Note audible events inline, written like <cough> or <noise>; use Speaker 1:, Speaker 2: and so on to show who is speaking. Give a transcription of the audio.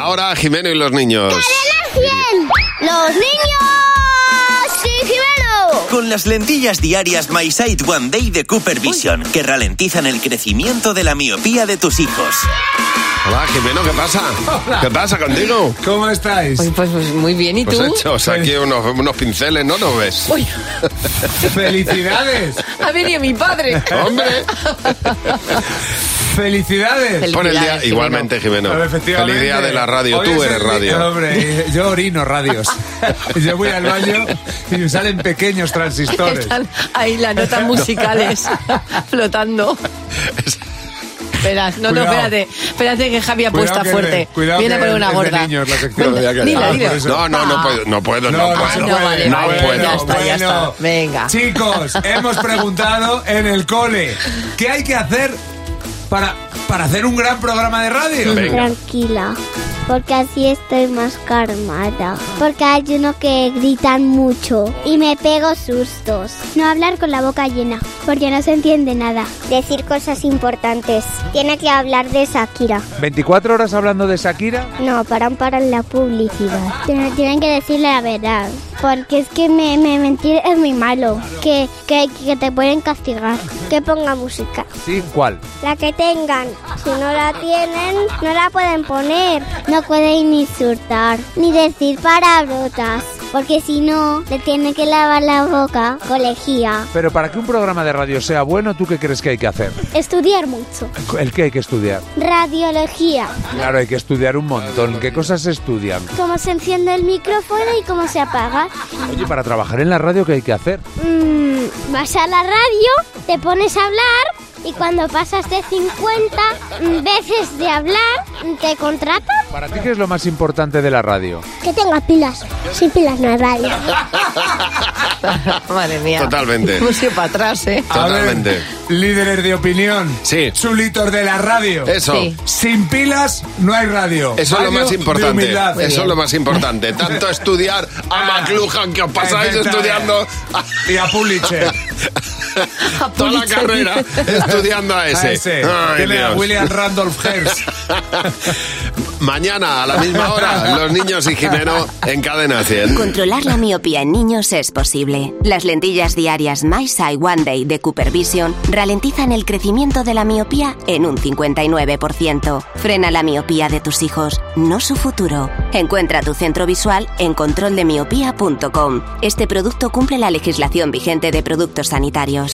Speaker 1: Ahora Jimeno y los niños.
Speaker 2: ¡Los niños! ¡Sí, Jimeno!
Speaker 3: Con las lentillas diarias My Sight One Day de Cooper Vision, que ralentizan el crecimiento de la miopía de tus hijos.
Speaker 1: Hola Jimeno, ¿qué pasa?
Speaker 4: Hola.
Speaker 1: ¿Qué pasa contigo?
Speaker 4: ¿Cómo estáis?
Speaker 5: Pues, pues, pues muy bien, ¿y
Speaker 1: Pues
Speaker 5: tú?
Speaker 1: hechos aquí unos, unos pinceles, ¿no lo ves?
Speaker 5: Uy,
Speaker 4: ¡Felicidades!
Speaker 5: ha venido mi padre.
Speaker 1: ¡Hombre!
Speaker 4: ¡Felicidades!
Speaker 5: Fel-
Speaker 1: Por el
Speaker 5: Felicidades,
Speaker 1: día,
Speaker 5: Jimeno.
Speaker 1: igualmente, Jimeno.
Speaker 4: Pero efectivamente,
Speaker 1: Feliz día de la radio.
Speaker 4: hoy
Speaker 1: Tú
Speaker 4: es
Speaker 1: eres
Speaker 4: el día-
Speaker 1: radio.
Speaker 4: Hombre, eh, yo orino radios. <laughs> Yo voy al baño y me salen pequeños transistores.
Speaker 5: Están ahí las
Speaker 1: <laughs>
Speaker 5: notas musicales flotando. Espera, no, no,
Speaker 4: Cuidado.
Speaker 5: espérate. Espérate que Javi apuesta
Speaker 4: Cuidado que
Speaker 5: fuerte.
Speaker 4: es de- cuidado
Speaker 5: Viene
Speaker 4: que
Speaker 5: por una
Speaker 4: es de
Speaker 5: gorda.
Speaker 4: niños la sección.
Speaker 5: Venga,
Speaker 4: Ya que-
Speaker 5: dila,
Speaker 4: Ah,
Speaker 5: dila.
Speaker 4: por eso.
Speaker 1: No, no, no puedo, no puedo, no, puedo.
Speaker 5: no vale,
Speaker 1: no
Speaker 5: vale,
Speaker 1: puedo.
Speaker 5: ya está, ya está. Venga. <laughs>
Speaker 4: Chicos, hemos preguntado en el cole qué hay que hacer para, para hacer un gran programa de radio.
Speaker 1: Venga.
Speaker 2: Tranquila, porque así estoy más calmada. Porque hay uno que gritan mucho y me pego sustos. No hablar con la boca llena, porque no se entiende nada. Decir cosas importantes. Tiene que hablar de Shakira.
Speaker 4: 24 horas hablando de Shakira.
Speaker 2: No, paran para la publicidad. Tienen, tienen que decirle la verdad. Porque es que me, me mentir es muy malo. Que, que, que te pueden castigar. Que ponga música.
Speaker 4: Sí, ¿cuál?
Speaker 2: La que tengan. Si no la tienen, no la pueden poner. No pueden insultar ni decir palabrotas. Porque si no, le tienen que lavar la boca colegía.
Speaker 4: Pero para que un programa de radio sea bueno, ¿tú qué crees que hay que hacer?
Speaker 2: Estudiar mucho.
Speaker 4: ¿El qué hay que estudiar?
Speaker 2: Radiología.
Speaker 4: Claro, hay que estudiar un montón. ¿Qué cosas se estudian?
Speaker 2: Cómo se enciende el micrófono y cómo se apaga.
Speaker 4: Oye, para trabajar en la radio, ¿qué hay que hacer?
Speaker 2: Mm, vas a la radio, te pones a hablar y cuando pasas de 50 veces de hablar, te contratan.
Speaker 4: ¿Para ti qué es lo más importante de la radio?
Speaker 2: Que tenga pilas. Sin pilas no hay radio.
Speaker 5: Ah, Madre mía.
Speaker 1: Totalmente.
Speaker 5: Hemos ido para atrás, ¿eh?
Speaker 1: Totalmente.
Speaker 4: líderes de opinión.
Speaker 1: Sí.
Speaker 4: Chulitos de la radio.
Speaker 1: Eso.
Speaker 5: Sí.
Speaker 4: Sin pilas no hay radio.
Speaker 1: Eso es lo
Speaker 4: Radio
Speaker 1: más
Speaker 4: de
Speaker 1: importante.
Speaker 4: humildad.
Speaker 5: Muy
Speaker 1: Eso es
Speaker 5: bien.
Speaker 1: lo más importante. Tanto
Speaker 4: <laughs>
Speaker 1: estudiar a
Speaker 4: Ah,
Speaker 1: McLuhan que os pasáis
Speaker 4: efectivamente.
Speaker 1: estudiando a-
Speaker 4: Y a
Speaker 1: <laughs>
Speaker 4: Pulitzer.
Speaker 1: toda la carrera estudiando a ese.
Speaker 4: A ese.
Speaker 1: Ay,
Speaker 4: Tiene a
Speaker 1: Dios.
Speaker 4: William
Speaker 1: <laughs>
Speaker 4: Randolph Hearst.
Speaker 1: Mañana a la misma hora, los niños y Jimeno en cadena 100.
Speaker 6: Controlar la miopía en niños es posible. Las lentillas diarias My Sight One Day de Cooper Vision ralentizan el crecimiento de la miopía en un 59%. Frena la miopía de tus hijos, no su futuro. Encuentra tu centro visual en controldemiopía.com. Este producto cumple la legislación vigente de productos sanitarios.